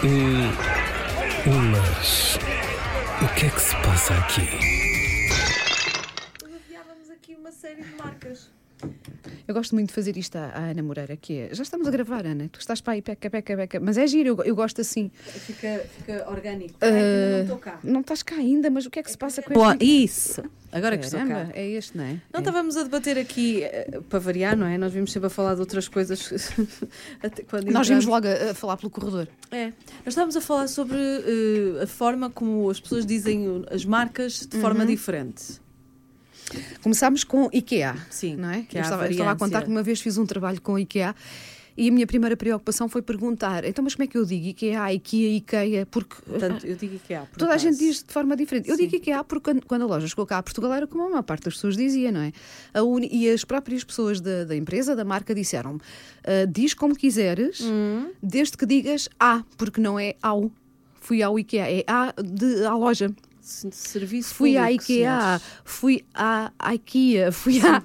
Hum, mas o que é que se passa aqui? Desafiávamos aqui uma série de marcas. Eu gosto muito de fazer isto à, à Ana Moreira, que é. Já estamos a gravar, Ana. Tu estás para aí, peca, peca, peca. Mas é giro, eu, eu gosto assim. Fica, fica orgânico. Ai, ainda É, não estou cá. Não estás cá ainda, mas o que é que se Ah, passa com este? Boa, isso! Agora que estou cá. Caramba, é este, não é? Não É. estávamos a debater aqui, eh, para variar, não é? Nós vimos sempre a falar de outras coisas. até quando Nós vimos entramos. logo a, a falar pelo corredor. É. Nós estávamos a falar sobre eh, a forma como as pessoas dizem o- as marcas de forma Uhum. diferente. Começámos com IKEA. Sim, Não é? que eu há estava, eu estava a variância. contar que uma vez fiz um trabalho com IKEA e a minha primeira preocupação foi perguntar: então, mas como é que eu digo IKEA, IKEA, IKEA? Porque. Portanto, eu digo que há. por Toda a acaso. gente diz de forma diferente. Eu Sim. digo IKEA porque quando- quando a loja chegou cá a Portugal era como a maior parte das pessoas dizia, não é? A uni- e as próprias pessoas da, da empresa, da marca, disseram-me: "Ah, diz como quiseres, Hum. desde que digas A, porque não é ao. Fui ao IKEA, é A de à loja. Se- Serviço Fui à público, IKEA, senhores. fui à IKEA, fui à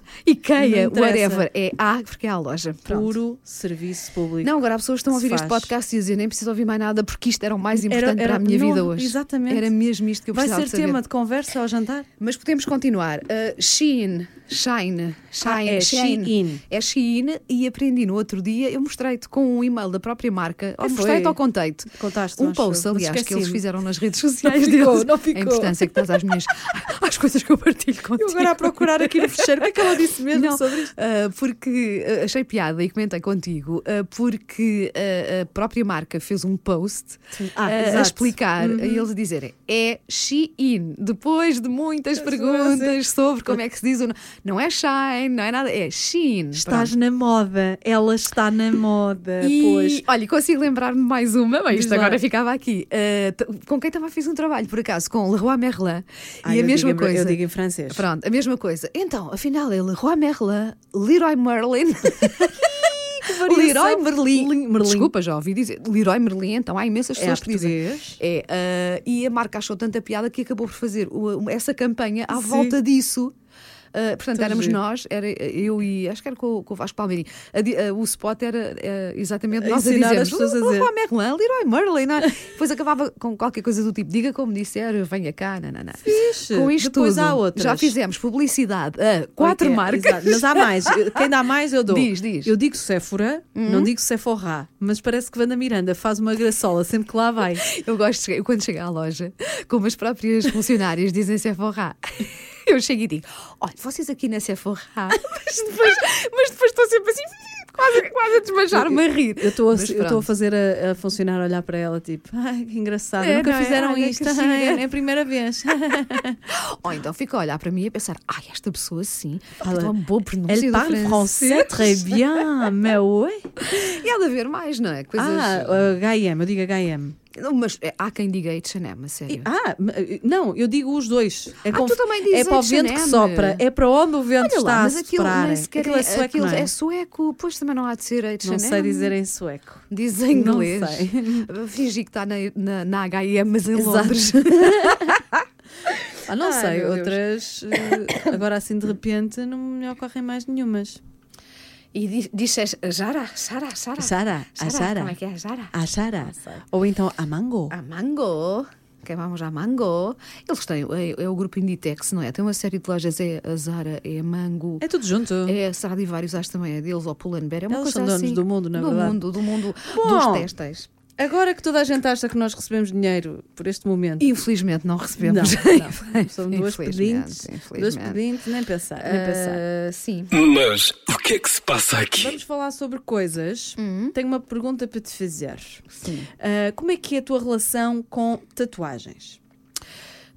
Não IKEA, interessa. whatever. É A porque é a loja. Pronto. Puro serviço público. Não, agora as pessoas estão a Se ouvir este faz. podcast e dizer nem preciso ouvir mais nada porque isto era o mais Era- é importante para era- a minha vida não, hoje. exatamente. Era mesmo isto que eu Vai precisava ser de saber. tema de conversa ao jantar? Mas podemos continuar. Uh, Shein, Shine, Shine, Ah, é Shein. Shein. É Shein e aprendi no outro dia, eu mostrei-te com um e-mail da própria marca, ou Ah, foi. mostrei-te ou contei-te. Contaste, Um acho post, eu, mas aliás, que eles esqueci-me. fizeram nas redes sociais ficou, deles. não ficou. A importância que estás às minhas, às coisas que eu partilho contigo. Eu agora a procurar aqui no fecheiro. Como é que ela disse mesmo Não, sobre isto? ah, porque ah, achei piada e comentei contigo, ah, porque ah, a própria marca fez um post Ah, ah, a exato. Uhum. explicar, a eles dizerem é Shein, depois de muitas perguntas sobre como é que se diz o nome. Não é Shine, não é nada, é Shein. Estás Pronto. na moda. Ela está na moda. E, Pois. olha, consigo lembrar-me mais uma, bem, Diz isto lá. agora ficava aqui. Ah, t- com quem também fiz um trabalho, por acaso, com Leroy Merlin. Ai, e a eu mesma digo em- coisa. Eu digo em francês. Pronto, a mesma coisa. Então, afinal, é Leroy Merlin, Leroy Merlin. Leroy Merlin. Lin- Merlin. Desculpa, já ouvi dizer. Leroy Merlin, então há imensas É pessoas que dizem. português. É, ah, e a marca achou tanta piada que acabou por fazer o- essa campanha à Sim. volta disso. Ah, portanto, Tão éramos giro. nós, era eu e acho que era com, o- com o Vasco Palmeirim. A di- ah, o spot era ah, exatamente A nós a ensinar dizermos as pessoas a "Oh, dizer." Leroy Merlin, Leroy Merlin. não é? Depois acabava com qualquer coisa do tipo: diga como disser, venha cá, não, não, não. Fixe. Com isto Depois tudo, há outras. já fizemos publicidade a quatro Ok, marcas. é? exato. Mas há mais. Eu- Quem dá mais, eu dou. Diz, diz. Uhum. Eu digo Sephora, não digo Sephora, mas parece que Vanda Miranda faz uma graçola sempre que lá vai. Eu gosto, de chegar- eu quando chego à loja, como as próprias funcionárias dizem Sephora, eu chego e digo: olha, vocês aqui na é Sephora, mas depois, mas depois estou sempre assim, quase, quase a desmanchar-me a rir. Eu estou a, Mas eu estou a pronto. fazer a, a funcionar olhar para ela, tipo, ai, que engraçado, É, nunca não é? fizeram Olha que isto, gira. é a primeira vez. Ou então fico a olhar para mim e a pensar: ai, esta pessoa sim, Ela- ela tem uma boa pronúncia Elle do parle français francês." très bien, mais ouais. E há de haver mais, não é? Coisas. Ah, HM, eu digo HM. Não, mas é, há quem diga H&M, a sério. Ah, m- não, eu digo os dois. É, Ah, tu também dizes é para o vento que H&M. sopra, é para onde o vento Olha está lá, a mas aquilo, soprar. nem sequer Aquilo é, é sueco, aquilo não é? é sueco, pois também não há de ser H&M. Não sei dizer em sueco. Diz em Não inglês. sei. Fingi que tá está na, na, na H&M, mas em Exato. Londres. Ah, não Ai, sei, meu Deus. outras. eh, agora assim de repente não me ocorrem mais nenhumas. E di- dizes Jara, Sara, Ah, Sara. Sara, a Sara. Como é que é? Jara. A Sara. Ou então a Mango. A Mango. Que vamos a Mango. Eles têm, é, é o grupo Inditex, não é? Tem uma série de lojas, é a Zara, é a Mango. É tudo junto. É a Stradivarius, acho que também é deles, ou Pull&Bear. É uma Eles coisa são donos assim, do mundo, na do verdade. Mundo, do mundo Bom. dos testes. Agora que toda a gente acha que nós recebemos dinheiro por este momento. Infelizmente não recebemos. Não, não. São duas Infelizmente, pedintes. Duas infelizmente. pedintes, nem pensar. Nem pensar. Ah, sim. Mas o que é que se passa aqui? Vamos falar sobre coisas. Hum. Tenho uma pergunta para te fazer. Sim. Ah, como é que é a tua relação com tatuagens?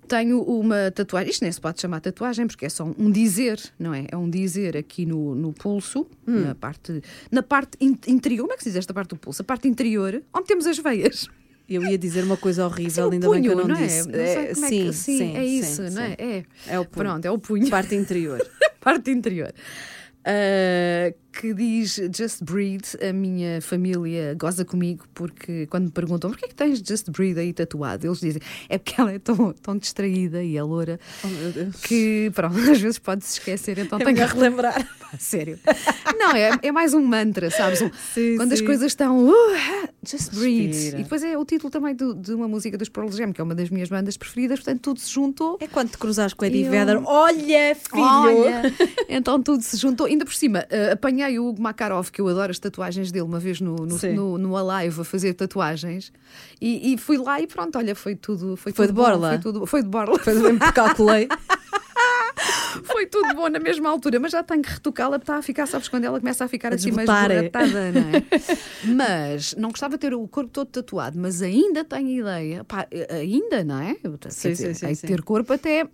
Tenho uma tatuagem, isto nem se pode chamar tatuagem, porque é só um dizer, não é? É um dizer aqui no, no pulso, Hum. na parte, na parte in- interior, como é que se diz esta parte do pulso? A parte interior, onde temos as veias. Eu ia dizer uma coisa Sim, horrível, o ainda bem punho, que eu não, não, é? disse. Não sei como é sim, que- sim, é isso, sim, não é? sim. É. É o punho. Pronto, é o punho. Parte interior. parte interior. Ah, que diz Just Breathe, a minha família goza comigo porque quando me perguntam porquê é que tens Just Breathe aí tatuado, eles dizem é porque ela é tão, tão distraída e é loura Oh, meu Deus. que pronto, às vezes pode-se esquecer, então É tenho que melhor relembrar. Sério. Não, é, é mais um mantra, sabes? Um- Sim, quando as sim. coisas estão. uh, Just Breathe. Respira. E depois é o título também do- de uma música dos Pearl Jam, que é uma das minhas bandas preferidas, portanto tudo se juntou. É quando te cruzares com Eddie Eu- Vedder. Olha, filho! Olha, então tudo se juntou. Ainda por cima, eh, apanhei o Hugo Makarov, que eu adoro as tatuagens dele, uma vez no, no, Sim. no, no Alive a fazer tatuagens. E, e fui lá e pronto, olha, foi tudo. Foi, Foi tudo de bom, borla? foi, tudo, foi de borla. Foi bem porque calculei. Foi tudo bom na mesma altura, mas já tenho que retocá-la, porque está a ficar, sabes, quando ela começa a ficar A assim mais desbotar, é. borratada, não é? Mas não gostava de ter o corpo todo tatuado, mas ainda tenho ideia, pá, ainda, não é? Eu, quer Sim, sim, sim, hei de sim. ter corpo até.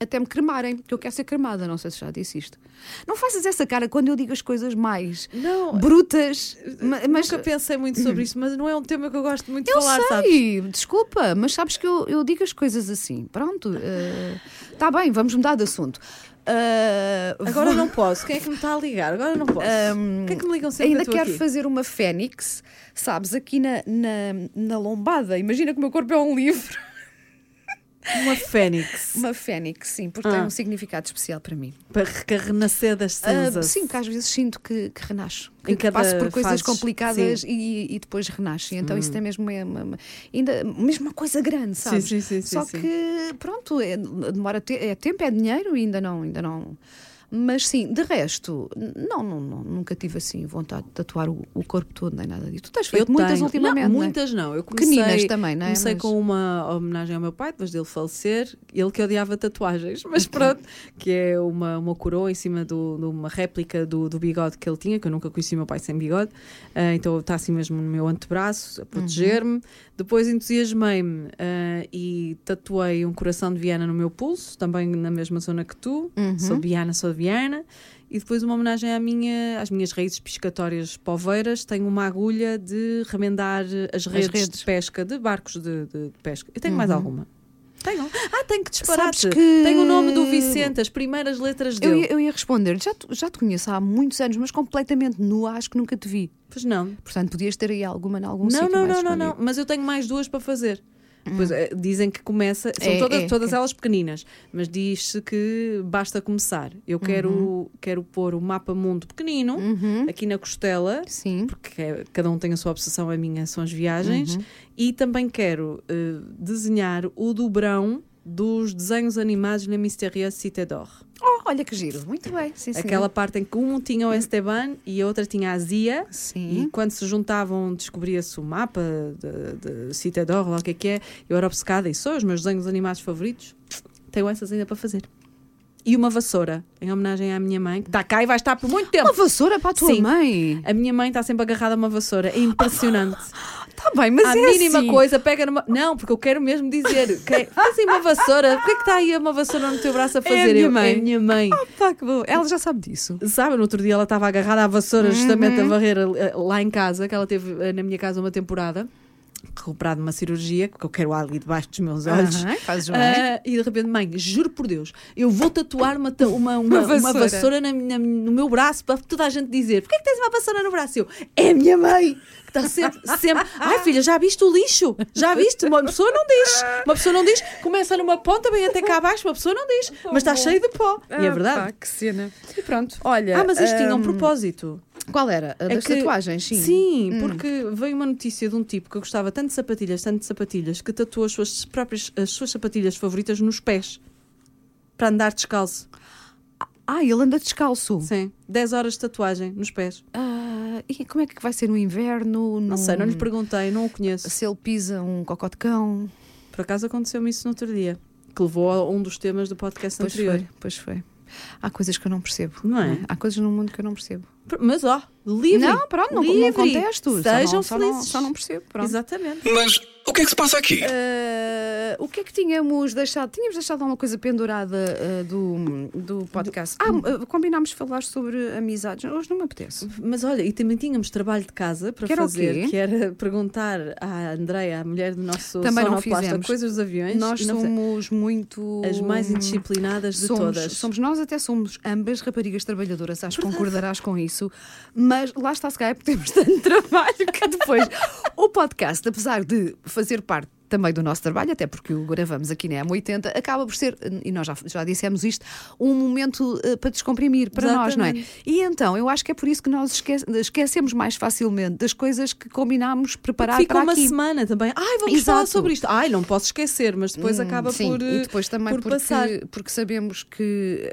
Até me cremarem, porque eu quero ser cremada, não sei se já disse isto. Não faças essa cara quando eu digo as coisas mais Não, eh, brutas, ma- mas. nunca pensei muito sobre isso, mas não é um tema que eu gosto muito de Eu falar, sabes? sei, desculpa, mas sabes que eu, eu digo as coisas assim. Pronto, está bem, vamos mudar de assunto. Ah, Agora não posso. Quem é que me está a ligar? Agora não posso. Hum, Quem é que me ligam sempre Ainda que eu quero estou aqui? fazer uma fênix, sabes, aqui na, na, na lombada. Imagina que o meu corpo é um livro. Uma fênix. Uma fênix, sim, porque Ah. tem um significado especial para mim. Para re- renascer das cinzas. Ah, sim, que às vezes sinto que, que renasço. Em Que, que cada passo por coisas fases, complicadas e, e depois renasço. E Então isso é mesmo uma, uma- uma- ainda, mesmo uma coisa grande, sabes? Hum. sim, sim, sim, Só sim. que, pronto, é, demora te- é tempo, é dinheiro e ainda não, ainda não. Mas sim, de resto, n- não, não, não, nunca tive assim vontade de tatuar o, o corpo todo, nem nada disso. Tu tens feito muitas tenho. ultimamente. Não, não é? muitas não. Eu comecei, Pequeninas também, não é? Comecei Mas- com uma homenagem ao meu pai, depois dele falecer. Ele que odiava tatuagens, mas pronto. Que é uma, uma coroa em cima do- de uma réplica do, do bigode que ele tinha, que eu nunca conheci o meu pai sem bigode. Ah, então está assim mesmo no meu antebraço, a proteger-me. Depois entusiasmei-me ah, e tatuei um coração de Viana no meu pulso, também na mesma zona que tu. Sou de Viana, sou de Viana. E depois uma homenagem à minha, às minhas raízes piscatórias poveiras. Tenho uma agulha de remendar as redes, redes. de pesca, de barcos de, de- de pesca. Eu tenho mais alguma. Tenho. Ah, tenho que disparar. Uhum. Sabes que- Tenho o nome do Vicente, as primeiras letras Eu, dele. ia- eu ia responder, já, te- já te conheço há muitos anos, mas completamente nua, acho que nunca te vi. Pois não. Portanto, podias ter aí alguma em algum Não, sítio não, mais não, não, escondido. não. Mas eu tenho mais duas para fazer. Pois, eh, dizem que começa, são Hum. É, todas, é, todas elas pequeninas, mas diz-se que basta começar. Eu quero, Uhum. quero pôr o mapa mundo pequenino aqui na costela, Sim. porque cada um tem a sua obsessão, a minha são as viagens, Uhum. e também quero eh, desenhar o dobrão dos desenhos animados na Mysteria Cité d'Or. Oh, olha que giro, muito bem. Sim, senhor. Aquela parte em que um tinha o Esteban e a outra tinha a Zia, Sim. e quando se juntavam descobria-se o mapa de, de Cité d'Or, lá o que é que é, eu era obcecada e sou os meus desenhos animados favoritos, tenho essas ainda para fazer. E uma vassoura, em homenagem à minha mãe, que está cá e vai estar por muito tempo. Uma vassoura para a tua Sim. mãe. A minha mãe está sempre agarrada a uma vassoura. É impressionante. Está bem, mas a é mínima assim. coisa, pega numa. Não, porque eu quero mesmo dizer. Que... Faz aí uma vassoura. Porquê que está aí uma vassoura no teu braço a fazer? a minha Eu, mãe. É a minha mãe. Ah, Pá, que bom. Ela já sabe disso. Sabe, no outro dia ela estava agarrada à vassoura, Uhum. justamente a varrer eh, lá em casa, que ela teve eh, na minha casa uma temporada, recuperado de uma cirurgia, que eu quero ali debaixo dos meus olhos. Aham, fazes bem. Ah, e de repente, mãe, juro por Deus, eu vou tatuar uma, ta- uma, uma, uma vassoura, vassoura. na, minha- no meu braço para toda a gente dizer: porquê é que tens uma vassoura no braço? Eu, é a minha mãe! Que está sempre, sempre. Ai, filha, já viste o lixo? Já viste? Uma pessoa não diz. Uma pessoa não diz. Começa numa ponta, bem até cá abaixo, uma pessoa não diz. Mas está cheio de pó. e é verdade. Ah, que cena. E pronto. Olha, Ah, mas isto tinha um hum, propósito. Qual era? A É das que- tatuagens, sim. Hum. Sim, porque veio uma notícia de um tipo que gostava tanto de sapatilhas, tanto de sapatilhas, que tatuou as suas próprias as suas sapatilhas favoritas nos pés. Para andar descalço. Ah, ele anda descalço. Sim. 10 horas de tatuagem nos pés. Ah, e como é que vai ser no inverno? Não no- sei, não lhe perguntei, não o conheço. Se ele pisa um cocó de cão. Por acaso aconteceu-me isso no outro dia, que levou a um dos temas do podcast Pois anterior. foi, pois foi. Há coisas que eu não percebo. Não é? Há coisas no mundo que eu não percebo. P- Mas ó, livre. Não, pronto, não, livre. não contesto. Só Sejam não- só não- felizes. Só não percebo, pronto. Exatamente. Mas o que é que se passa aqui? Ah, o que é que tínhamos deixado? Tínhamos deixado alguma coisa pendurada ah, do, do podcast. Ah, ah, combinámos falar sobre amizades. Hoje não me apetece. Mas olha, e também tínhamos trabalho de casa para Que era o fazer, quê? que era perguntar à Andreia, a mulher do nosso Também não sonoplasta, fizemos. coisas dos aviões. Nós e não fizemos. somos muito. as mais indisciplinadas de somos, todas. somos nós, até somos ambas raparigas trabalhadoras, acho que concordarás com isso. Mas lá está, se calhar, porque temos tanto trabalho que depois o podcast, apesar de fazer parte também do nosso trabalho, até porque o gravamos aqui na M80, acaba por ser, e nós já, já dissemos isto, um momento eh, para descomprimir para nós, não é? Exatamente. E então, eu acho que é por isso que nós esque- esquecemos mais facilmente das coisas que combinámos preparar Fica para uma aqui. semana também. Ai, vamos falar Exato. Hum, sobre isto. Ai, não posso esquecer, mas depois acaba Sim, por. eh, e depois também por porque, passar. porque sabemos que,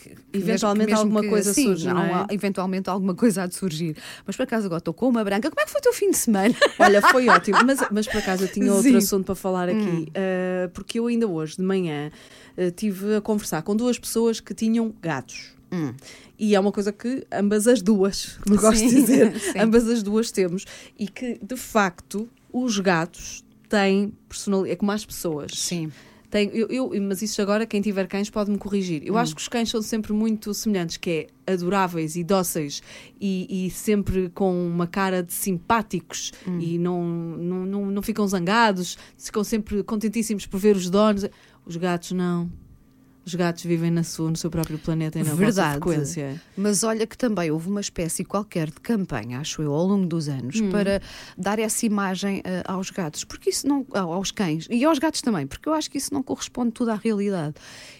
que- que Eventualmente alguma coisa sim, surge, não é? há- eventualmente alguma coisa há de surgir. Mas por acaso agora estou com uma branca. Como é que foi o teu fim de semana? Olha, foi ótimo. Mas, mas por acaso eu tinha outro Sim. Hum. assunto para falar aqui, eh, porque eu ainda hoje de manhã estive a conversar com duas pessoas que tinham gatos. Hum. E é uma coisa que ambas as duas, como eu gosto de Sim, dizer, sim. ambas as duas temos, e que de facto os gatos têm personalidade, é como as pessoas. Tem, eu, eu- mas isso agora, quem tiver cães pode-me corrigir. Hum. Eu acho que os cães são sempre muito semelhantes, que é adoráveis e dóceis e, e sempre com uma cara de simpáticos Hum. e não, não, não, não ficam zangados, ficam sempre contentíssimos por ver os donos. Os gatos não. Os gatos vivem na sua, no seu próprio planeta e na vossa Verdade. frequência. Mas olha que também houve uma espécie qualquer de campanha, acho eu, ao longo dos anos, Hum. para dar essa imagem eh, aos gatos, porque isso não. ao- aos cães e aos gatos também, porque eu acho que isso não corresponde tudo à realidade.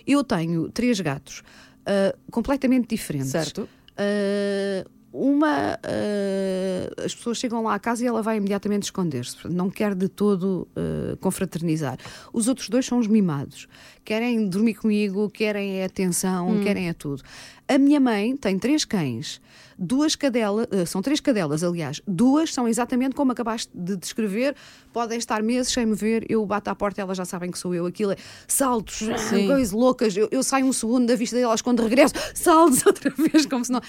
Eu tenho três gatos ah, completamente diferentes. Certo. Ah, uma, ah, as pessoas chegam lá à casa e ela vai imediatamente esconder-se, portanto, não quer de todo ah, confraternizar. Os outros dois são os mimados, querem dormir comigo, querem a atenção, querem é tudo. A minha mãe tem três cães, duas cadelas, são três cadelas, aliás, duas são exatamente como acabaste de descrever, podem estar meses sem me ver, eu bato à porta, elas já sabem que sou eu, aquilo é saltos, Sim. coisas coisas loucas. Eu, eu saio um segundo da vista delas quando regresso, saldos outra vez, como se não.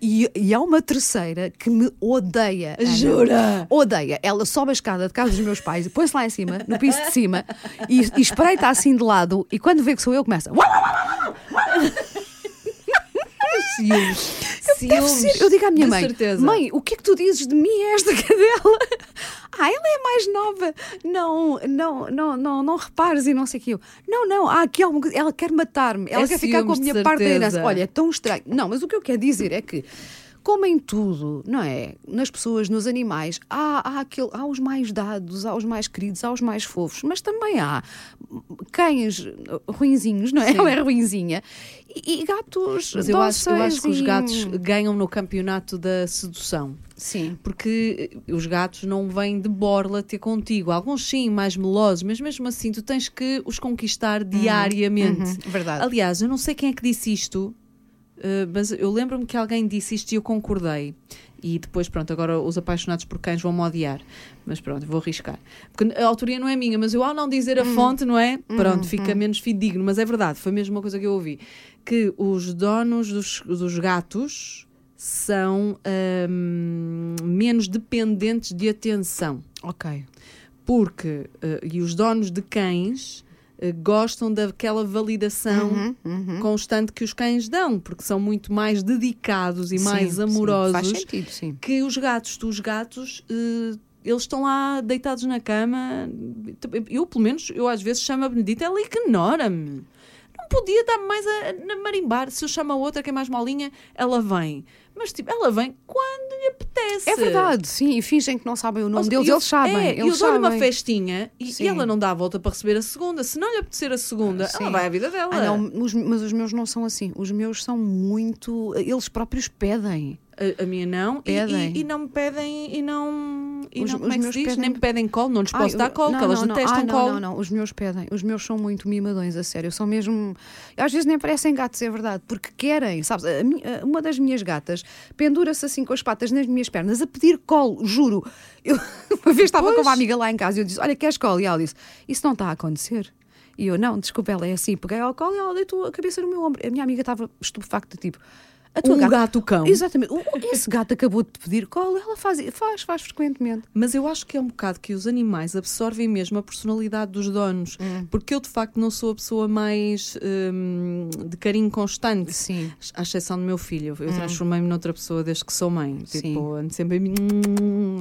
E, e há uma terceira que me odeia. Ana. Jura? Odeia. Ela sobe a escada de casa dos meus pais, põe-se lá em cima, no piso de cima, e, e espreita assim de lado, e quando vê que sou eu, começa. Ciúmes. Deve ser. Eu digo à minha De mãe: certeza. Mãe, o que é que tu dizes de mim a esta cadela? Ah, ela é mais nova. Não, não, não, não, não repares e não sei o que eu. Não, não, há aqui alguma coisa. Ela quer matar-me. Ela É quer ficar com a ciúmes, minha de parte da certeza. herança. Olha, é tão estranho. Não, mas o que eu quero dizer é que. Como em tudo, não é? Nas pessoas, nos animais, há, há, aquele, há os mais dados, há os mais queridos, há os mais fofos, mas também há cães ruinzinhos, não é? Ela é ruinzinha. E, e gatos. Mas eu acho, eu acho que os dóceis e- gatos ganham no campeonato da sedução. Sim. porque eh, os gatos não vêm de borla ter contigo. Alguns sim, mais melosos, mas mesmo assim tu tens que os conquistar diariamente. Uhum, verdade. Aliás, eu não sei quem é que disse isto, eh, mas eu lembro-me que alguém disse isto e eu concordei. E depois, pronto, agora os apaixonados por cães vão-me odiar. Mas pronto, vou arriscar. Porque a autoria não é minha, mas eu ao não dizer a fonte, não é? Pronto, fica menos fidedigno. Mas é verdade, foi mesmo uma coisa que eu ouvi. Que os donos dos, dos gatos são ahm, menos dependentes de atenção Ok. porque eh, e os donos de cães eh, gostam daquela validação Uhum, constante que os cães dão, porque são muito mais dedicados e mais Sim, amorosos Sim, faz sentido, sim. que os gatos. Tu, Os gatos, eh, eles estão lá deitados na cama. Eu, pelo menos, eu às vezes chamo a Benedita, ela ignora-me. Não podia dar mais a, a marimbar. Se eu chamo a outra que é mais molinha, ela vem. Mas, tipo, ela vem quando lhe apetece. É verdade, sim. E fingem que não sabem o nome Ou deles, eu- eles sabem. É, eles eu dou-lhe uma sabem. festinha e, Sim. e ela não dá a volta para receber a segunda. Se não lhe apetecer a segunda, Sim. ela vai à vida dela. Ah, não, os- mas os meus não são assim. Os meus são muito. Eles próprios pedem. a, a minha não. E- Pedem. E, e não me pedem e não. E Os- não como os é que se meus diz? pedem- Nem me pedem colo, não lhes Ai, posso dar eu- colo, não, porque elas não, não. detestam Ah, não, colo. Não, não, os meus pedem. Os meus são muito mimadões, a sério. São mesmo. Às vezes nem parecem gatos, é verdade, porque querem, sabes? A mi- a- uma das minhas gatas pendura-se assim com as patas nas minhas pernas a pedir colo, juro. Eu, uma vez estava com uma amiga lá em casa e eu disse: Olha, queres colo? E ela disse: Isso não está a acontecer. E eu, não, desculpa, ela é assim. Peguei ao colo e ela deitou a cabeça no meu ombro. A minha amiga estava estupefacta, tipo. A tua Um gata- gato-cão. Exatamente. O- Esse gato acabou de pedir colo, ela faz, faz, faz frequentemente. Mas eu acho que é um bocado que os animais absorvem mesmo a personalidade dos donos. Hum. Porque eu, de facto, não sou a pessoa mais hum, de carinho constante. Sim. Hum. À exceção do meu filho. Eu transformei-me noutra pessoa desde que sou mãe. Tipo, Sim. Hum. ando sempre. a mim-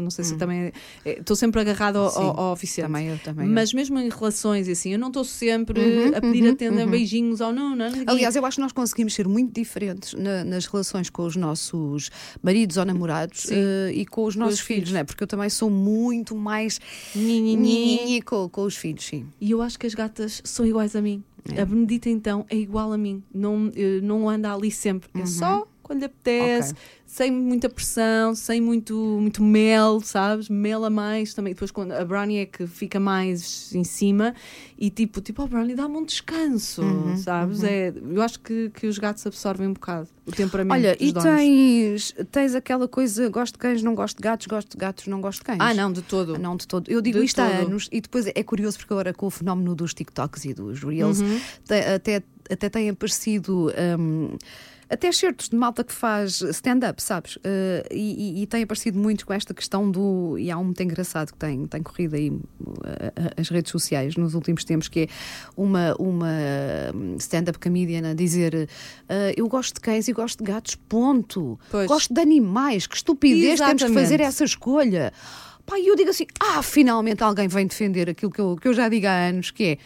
Não sei se também. é, Estou sempre agarrada ao, ao, ao oficiante. Também eu, também eu. Uhum, Mas mesmo em relações e assim, eu não estou sempre a pedir atenção, beijinhos ou não, não. não sei o quê. Aliás, eu acho que nós conseguimos ser muito diferentes na- nas nas relações com os nossos maridos ou namorados eh, e com os os nossos filhos, filhos. não é? Porque eu também sou muito mais Nhinhinhinhi. nhinhinhi com, com os filhos, sim. E eu acho que as gatas são iguais a mim. A Benedita, então, é igual a mim. Não, eh, não anda ali sempre. Uhum. É só quando lhe apetece, sem muita pressão, sem muito, muito mel, sabes? Mel a mais também. Depois, quando a Brownie é que fica mais em cima e tipo, tipo, oh, Brownie, dá-me um descanso, Uhum, sabes? É, eu acho que, que os gatos absorvem um bocado o temperamento Olha, dos e donos. tens, tens aquela coisa, gosto de cães, não gosto de gatos, gosto de gatos, não gosto de cães. Ah, não, de todo. Não de todo. Eu digo De isto há todo. anos e depois é curioso porque agora com o fenómeno dos TikToks e dos Reels Uhum. te- até, até têm aparecido. hum, até certos de malta que faz stand-up, sabes? Eh, e, e- e tem aparecido muito com esta questão do. E há um muito engraçado que tem, tem corrido aí eh, as redes sociais nos últimos tempos, que é uma, uma hum, stand-up comedian a dizer: eh, Eu gosto de cães e gosto de gatos, ponto. Pois. Gosto de animais, que estupidez temos que fazer Exatamente. é essa escolha. Pá, e eu digo assim: ah, finalmente alguém vem defender aquilo que eu, que eu já digo há anos, que é.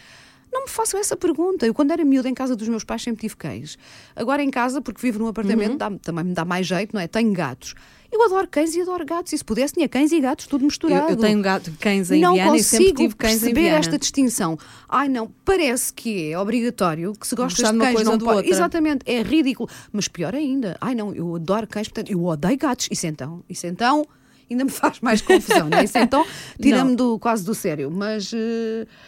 Não me façam essa pergunta. Eu, quando era miúda em casa dos meus pais, sempre tive cães. Agora em casa, porque vivo num apartamento, Uhum. dá- também me dá mais jeito, não é? Tenho gatos. Eu adoro cães e adoro gatos. E se pudesse, tinha cães e gatos, tudo eu, misturado. eu tenho gato, cães em não Viana e sempre consigo tive cães em perceber Viana. esta distinção. Ai não, parece que é obrigatório que se gosta Gostar de de uma cães coisa não ou de pode. outra. Exatamente, é ridículo. Mas pior ainda, ai não, eu adoro cães, portanto eu odeio gatos. Isso então, isso então ainda me faz mais confusão. Né? Isso então tira-me do, quase do sério. Mas eh,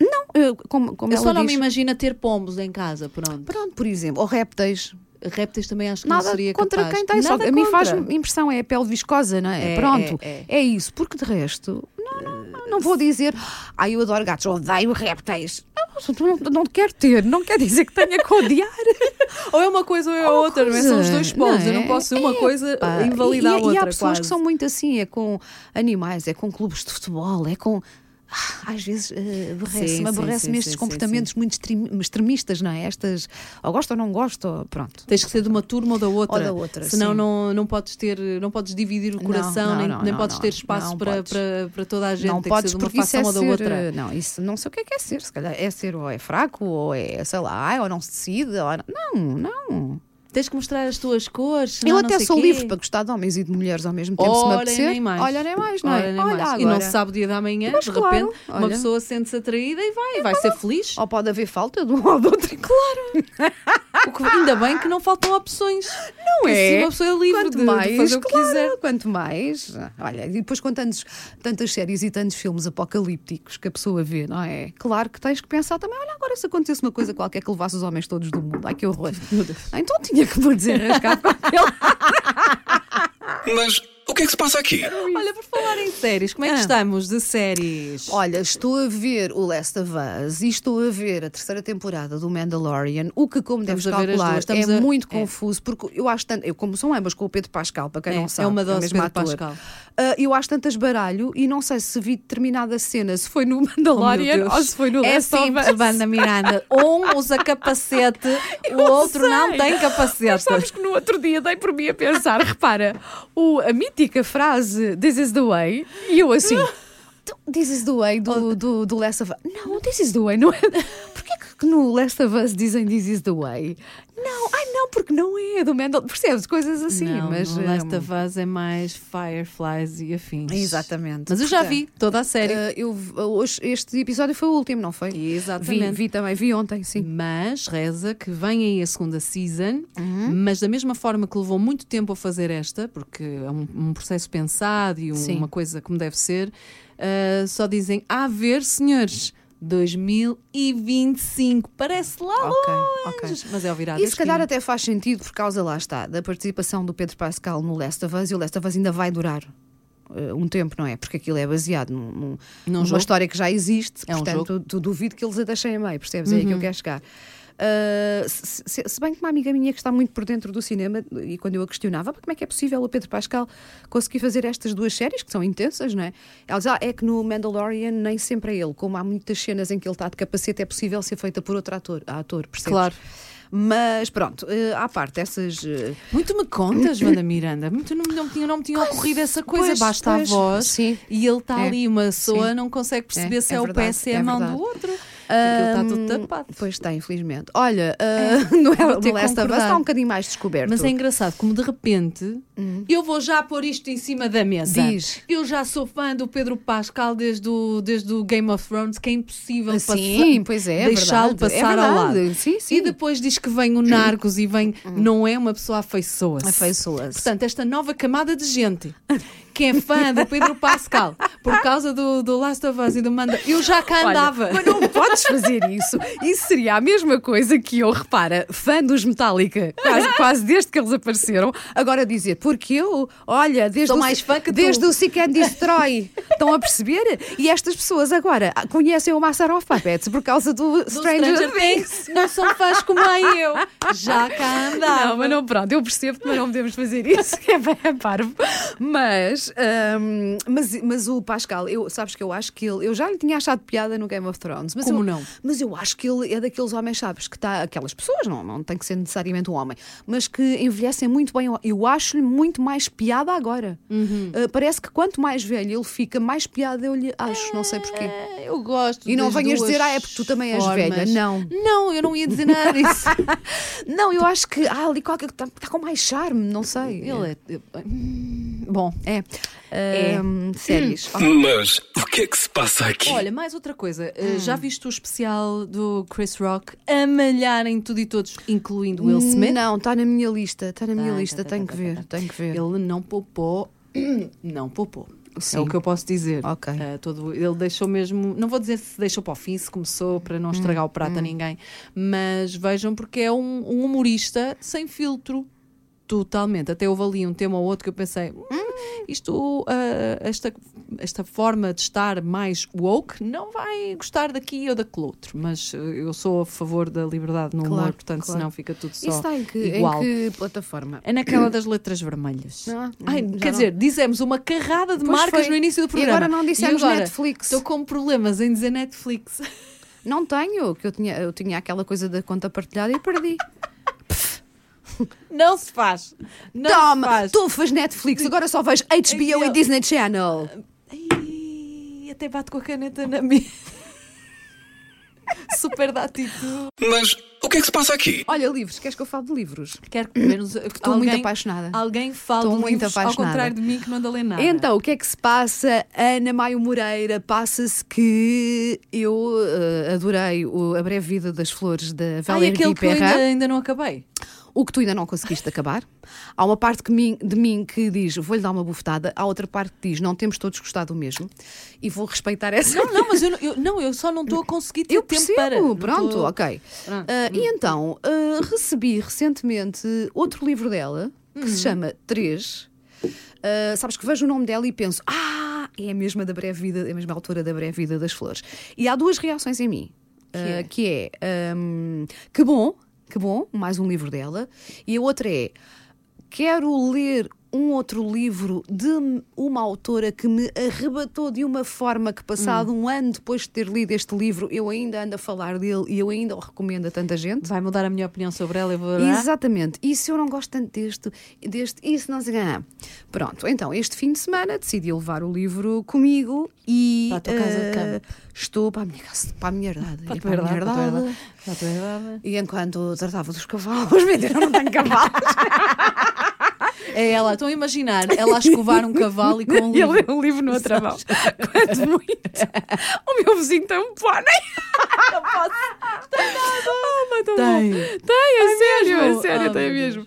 não, eu- como, como Eu ela só não diz, me imagino a ter pombos em casa, pronto. pronto, por exemplo, ou répteis. Répteis também acho que não Nada seria contra capaz. quem tem, só Nada que a mim contra. faz impressão, é a pele viscosa, não é? É, Pronto, é, é, isso, porque de resto, não, não, não, não vou dizer, ai eu adoro gatos, odeio répteis. Não, não, não quero ter, não quer dizer que tenha que odiar. Ou é uma coisa ou é Ou outra, mas são os coisa, dois polos. Eu é? não posso ser uma coisa Pá, invalidar e, a e outra. há pessoas quase. que são muito assim, é com animais, é com clubes de futebol, é com. Ah, Às vezes eh, Sim, aborrece-me sim, aborrece-me sim, estes sim, comportamentos muito extrem- extremistas, não é? Estas, ou gosto ou não gosto, ou- pronto. Tens que ser de uma turma ou da outra. Ou da outra, Senão sim. não, não podes ter, não podes dividir o Não, coração, não, nem, não, nem não, podes não, ter espaços não para, podes. Para, para toda a gente. não Tem podes que ser de porque uma isso é facção ou da ser, outra. eh, não isso não sei o que é que é ser se calhar é ser ou é fraco ou é sei lá ai, ou não se decide ou não não Tens que mostrar as tuas cores. senão eu não até sei sou quê. livre para gostar de homens e de mulheres ao mesmo tempo se me Ora, apetecer nem mais. olha nem mais não é? Ora, nem olha mais. agora E não se sabe o dia da manhã, Mas de claro, repente, uma olha. É pessoa sente-se atraída e vai, vai ser feliz. ou pode haver falta de um ou do outro claro O que- ainda bem que não faltam opções. não Porque é assim uma pessoa é livre quanto de, de mais fazer o que claro, quiser. quanto mais olha e depois com tantos, tantas séries e tantos filmes apocalípticos que a pessoa vê não é claro que tens que pensar também olha agora se acontecesse uma coisa qualquer que levasse os homens todos do mundo ai que horror Ah, então tinha que me desenrascar com aquele Mas o que é que se passa aqui? Olha, por falar em séries, como é que estamos de séries? Olha, estou a ver o Last of Us e estou a ver a terceira temporada do Mandalorian, o que, como Estamos deves a ver as calcular, duas, estamos é a- muito é. confuso, porque eu acho tanto, eu, como são ambas com o Pedro Pascal, para quem É, não é sabe, uma é o dose mesmo Pedro ator. Pascal. Ah, eu acho tantas baralho e não sei se vi determinada cena, se foi no Oh, Mandalorian meu Deus. ou se foi no É Last of simples, Us. Banda Miranda. Um usa capacete, o outro não sei. tem capacete. Sabes que no outro dia dei por mim a pensar, repara, o, a mítica frase This is the way, e eu assim. "Tu- This is the way Oh. do, do, do Last of Us. Não, this is the way, não é? Porquê que no Last of Us dizem This is the way? Não, ai não, porque não é do Mendel. Percebes? Coisas assim, não, mas. no hum, Last of Us é mais Fireflies e afins. Exatamente. Mas eu já Portanto, vi toda a série. eh, eu, hoje, este episódio foi o último, não foi? Vi, Exatamente. vi também, vi ontem, sim. Mas reza que vem aí a segunda season, Uhum. mas da mesma forma que levou muito tempo a fazer esta, porque é um, um processo pensado e um- Sim. uma coisa como deve ser, ah, só dizem a ver, senhores, 2025. Parece lá Ok, ok. longe, mas é ao virar da E se calhar esquina. até faz sentido por causa, lá está, da participação do Pedro Pascal no Last of Us e o Last of Us ainda vai durar eh, um tempo, não é? Porque aquilo é baseado num, num- numa jogo. história que já existe, É um Uhum. portanto, du- duvido que eles a deixem a meio, percebes? É aí que eu quero chegar. Ah, se, se- se bem que uma amiga minha que está muito por dentro do cinema e quando eu a questionava "Pá, como é que é possível o Pedro Pascal conseguir fazer estas duas séries que são intensas, não é? Ela diz, ah, é que no Mandalorian nem sempre é ele, como há muitas cenas em que ele está de capacete, é possível ser feita por outro ator, ator percebes? Claro. Mas pronto, eh, à parte essas. eh, Muito me contas, Wanda Miranda. Muito não, não, me tinha, não me tinha ocorrido essa coisa. pois, Basta pois, a voz sim. e ele está É, ali. Uma pessoa sim. não consegue perceber É, se é é, o verdade, pé, se é, é a mão verdade. do outro. Aquilo está Ahm, tudo tapado. Pois está, infelizmente. Olha, ah, no vou ter The que Last of Us concordar. está um bocadinho mais descoberto. Mas é engraçado como de repente eu vou já pôr isto em cima da mesa. Hum. Diz. Eu já sou fã do Pedro Pascal desde o, desde o Game of Thrones, que é impossível Ah, passar. sim, pois é, é deixá-lo verdade. É passar ao verdade. lado. Sim, sim. Hum. E depois diz que vem o Narcos e vem. Não é uma pessoa afeiçoa-se. Afeiçoa-se. Portanto, esta nova camada de gente que é fã do Pedro Pascal por causa do, do Last of Us e do Manda. Eu já cá andava. Mas não podes fazer isso. Isso seria a mesma coisa que eu, repara, fã dos Metallica, quase, quase desde que eles apareceram, agora dizer, porque eu, olha, desde, Sou o, mais fã que tu." desde o Seek and Destroy, estão a perceber? E estas pessoas agora ah, conhecem o Master of Puppets por causa do, Do Stranger, Things. não são fãs como eu. Já cá andava. Não, Ah, mas não, pronto, eu percebo-te, mas não podemos fazer isso, que é bem é parvo. Mas, hum, mas, mas o Pascal, eu, sabes que eu acho que ele, eu já lhe tinha achado piada no Game of Thrones, mas Como eu, não? Mas eu acho que ele é daqueles homens, sabes, que está, aquelas pessoas, não, não tem que ser necessariamente um homem, mas que envelhecem muito bem. Eu- Eu acho-lhe muito mais piada agora. Uh, parece que quanto mais velho ele fica, mais piada eu lhe acho, não sei porquê. É. Ah, Eu gosto. E não das venhas duas dizer, ah, é porque tu também és formas. velha. Não. Não, eu não ia dizer nada disso. Não, eu acho que há ali qualquer que está com mais charme, não sei. Ele é. Bom, É. Ahm, séries. Mas o que é que se passa aqui? Olha, mais outra coisa. Uh, Hum. Já viste o especial do Chris Rock a malharem tudo e todos, incluindo Will Smith? Não, está na minha lista. Está na minha tá, lista. tá, tenho tá, que tá, ver. tá, Tenho que ver. Ele não poupou. Não poupou. Sim. É o que eu posso dizer. Ok. Uh, todo, ele deixou mesmo. Não vou dizer se deixou para o fim, se começou para não estragar o Hum, prato a ninguém. Mas vejam, porque é um, um humorista sem filtro. Totalmente. Até houve ali um tema ou outro que eu pensei. "Hum, Isto, uh, esta, esta forma de estar mais woke não vai gostar daqui ou daquele outro. Mas uh, eu sou a favor da liberdade no humor, Claro, portanto, claro. senão fica tudo só Isso está em que, em igual. que plataforma? É naquela das letras vermelhas. Ah, Ai, hum, já quer não. dizer, dizemos uma carrada de Pois marcas foi. no início do E programa. agora não dissemos E agora, Netflix. Estou com problemas em dizer Netflix. Não tenho, que eu tinha, eu tinha aquela coisa da conta partilhada e perdi. Não se faz. Não se Toma, faz. tu fez Netflix, agora só vejo HBO e Aquilo. Disney Channel. Ai, até bate com a caneta na mesa. Super da atitude. Mas o que é que se passa aqui? Olha, livros, queres que eu fale de livros? Quero que pelo menos que Estou alguém- muito apaixonada. Alguém fale Estou de muito livros, ao apaixonada. contrário de mim que não anda a ler nada. Então, o que é que se passa? Ana Maio Moreira, passa-se que eu eh, adorei o- A Breve Vida das Flores da Ai, Valéria aquele que eu Guiperra. ainda, ainda não acabei. O que tu ainda não conseguiste acabar. Há uma parte que mim- de mim que diz vou-lhe dar uma bufetada, há outra parte que diz não temos todos gostado do mesmo e vou respeitar essa. Não, não, mas eu, não- eu- não, eu só não estou a conseguir ter Eu tempo percebo, para. Não pronto, estou- ok. Pronto. Ah, E então, ah, recebi recentemente outro livro dela, que se chama Três. Ah, sabes que vejo o nome dela e penso, ah, é a mesma da breve vida, é a mesma altura da breve vida das flores. E há duas reações em mim, ah, que é, hum, que bom, que bom, mais um livro dela, e a outra é, quero ler um outro livro de uma autora que me arrebatou de uma forma que passado Hum. um ano depois de ter lido este livro, eu ainda ando a falar dele e eu ainda o recomendo a tanta gente. Vai mudar a minha opinião sobre ela, eu vou orar. Exatamente. E se eu não gosto tanto deste, deste e se não se ganha? Pronto, então este fim de semana decidi levar o livro comigo e. Para a tua casa de eh, campo. Estou para a minha casa, para a minha herdade. Para a E tua para a minha herdade, para a tua herdade. herdade. Para a tua herdade. E enquanto tratava dos cavalos, meu Deus, eu não tenho cavalos. É ela, estão a imaginar, ela a escovar um cavalo e com um E livro. eu leio um livro no outro mão. Quanto muito. O meu vizinho tem um pônei. Não posso. Tem nada. Tem. tá tem. Tem, é sério. mesmo? É sério, Ah, tem meu mesmo.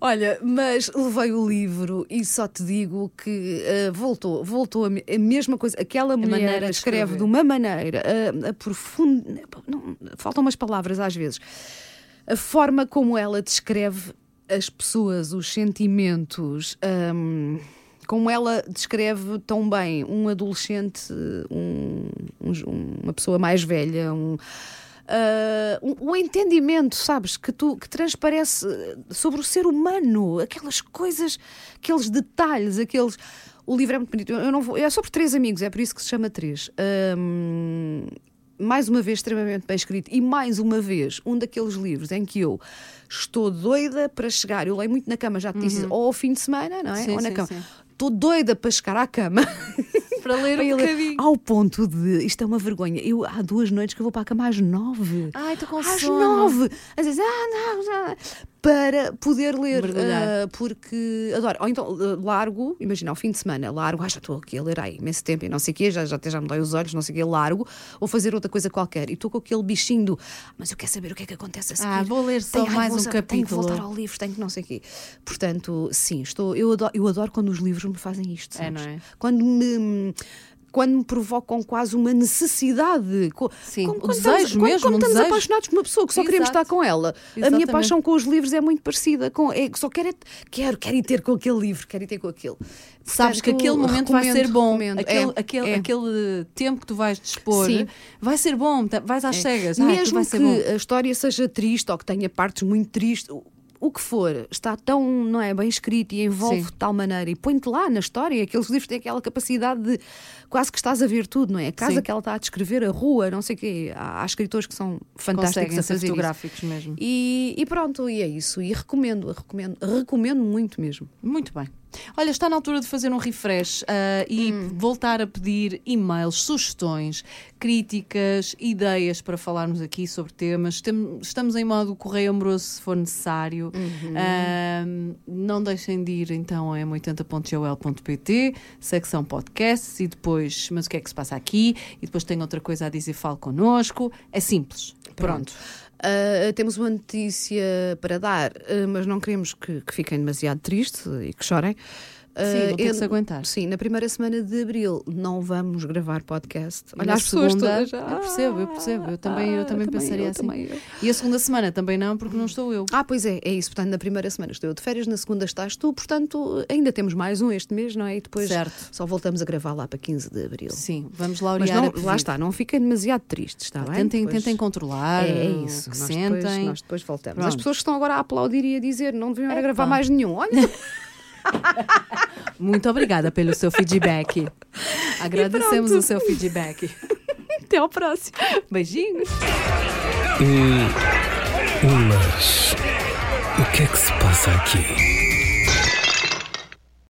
Olha, mas levei o livro e só te digo que ah, voltou, voltou a, me- a mesma coisa. Aquela mulher maneira de escreve escrever. de uma maneira ah, a profundo. não, faltam umas palavras às vezes a forma como ela descreve as pessoas, os sentimentos, hum, como ela descreve tão bem um adolescente, um- um jo- uma pessoa mais velha, um. ah, um- um entendimento, sabes, que tu que transparece eh, sobre o ser humano, aquelas coisas, aqueles detalhes, aqueles. O livro é muito bonito. Eu eu não vou, é sobre três amigos, é por isso que se chama três. Hum, mais uma vez extremamente bem escrito e mais uma vez um daqueles livros em que eu estou doida para chegar, eu leio muito na cama, já te disse, ou ao fim de semana, não é? Uhum. Sim, ou na sim, cama. sim. Estou doida para chegar à cama para ler Para um ele- é, "Oh, bocadinho. Ao ponto de. Isto é uma vergonha. Eu, há duas noites que eu vou para a cama às nove. Ai, estou com às sono. nove! Às vezes, ah, não, já. Para poder ler. Mergulhar. ah, porque adoro. Ou então ah, largo, imagina, ao fim de semana, largo, ah, já estou aqui a ler há imenso tempo e não sei o quê, já, já, até já me dói os olhos, não sei o quê, largo, ou fazer outra coisa qualquer. E estou com aquele bichinho do, mas eu quero saber o que é que acontece a seguir. Ah, vou ler só Tenho- ai, mais vou um sa- Tenho que capítulo. voltar ao livro, tenho que não sei o quê. Portanto, sim, estou, eu, adoro, eu adoro quando os livros me fazem isto. É, sabes? não é? Quando me. Quando me provocam quase uma necessidade. co- Sim, como, o quando um desejo estamos, quando- mesmo, quando um estamos desejo. apaixonados por uma pessoa que só queremos Exato. estar com ela. A minha Exatamente. paixão com os livros é muito parecida. Com, é, que só quero, é- quero, quero ir ter com aquele livro, quero ir ter com aquele. Sabes que Portanto, aquele momento vai recomendo, ser bom, recomendo. aquele, É, aquele, é. aquele tempo que tu vais dispor Sim. É. vai ser bom, tá- vais às cegas, ah, aquilo Mesmo vai que ser bom. a história seja triste ou que tenha partes muito tristes, o- o que for, está tão não é, bem escrito e envolve Sim. de tal maneira e põe-te lá na história. Aqueles livros têm aquela capacidade de quase que estás a ver tudo, não é? A casa Sim. que ela está a descrever, a rua, não sei o quê. Há, há escritores que são fantásticos Conseguem a ser fazer isso. fotográficos mesmo. E, e pronto, e é isso. E recomendo, recomendo, recomendo muito mesmo. Muito bem. Olha, está na altura de fazer um refresh ah, e voltar a pedir e-mails, sugestões, críticas, ideias para falarmos aqui sobre temas. Tem- Estamos em modo correio amoroso se for necessário. Ah, não deixem de ir então a m80.ol.pt, secção podcasts e depois, mas o que é que se passa aqui? E depois tem outra coisa a dizer, fale connosco. É simples. Pronto. Ah, temos uma notícia para dar, ah, mas não queremos que, que fiquem demasiado tristes e que chorem. Ah, Sim, vão ter que eu- se aguentar. Sim, na primeira semana de abril não vamos gravar podcast. E na Olha, as pessoas segunda- todas. Ah, Eu percebo, eu percebo. Eu também, eu também, pensaria assim. E a segunda semana também não, porque não estou eu. Ah, pois é, é isso. Portanto, na primeira semana estou eu de férias, na segunda estás tu. Portanto, ainda temos mais um este mês, não é? E depois Certo. só voltamos a gravar lá para 15 de abril. Sim, vamos Mas laurear não, a pedido. lá está, não fiquem demasiado tristes, está bem? Tentem, Depois- tentem controlar, É, é o isso. Ah, que nós, sentem. Depois, nós depois voltamos. As Pronto. pessoas que estão agora a aplaudir e a dizer não deviam era gravar Epá. mais nenhum. Olha, Muito obrigada pelo seu feedback. Agradecemos o pronto. seu feedback. Até ao próximo. Beijinhos. Ulas. O que é que se passa aqui?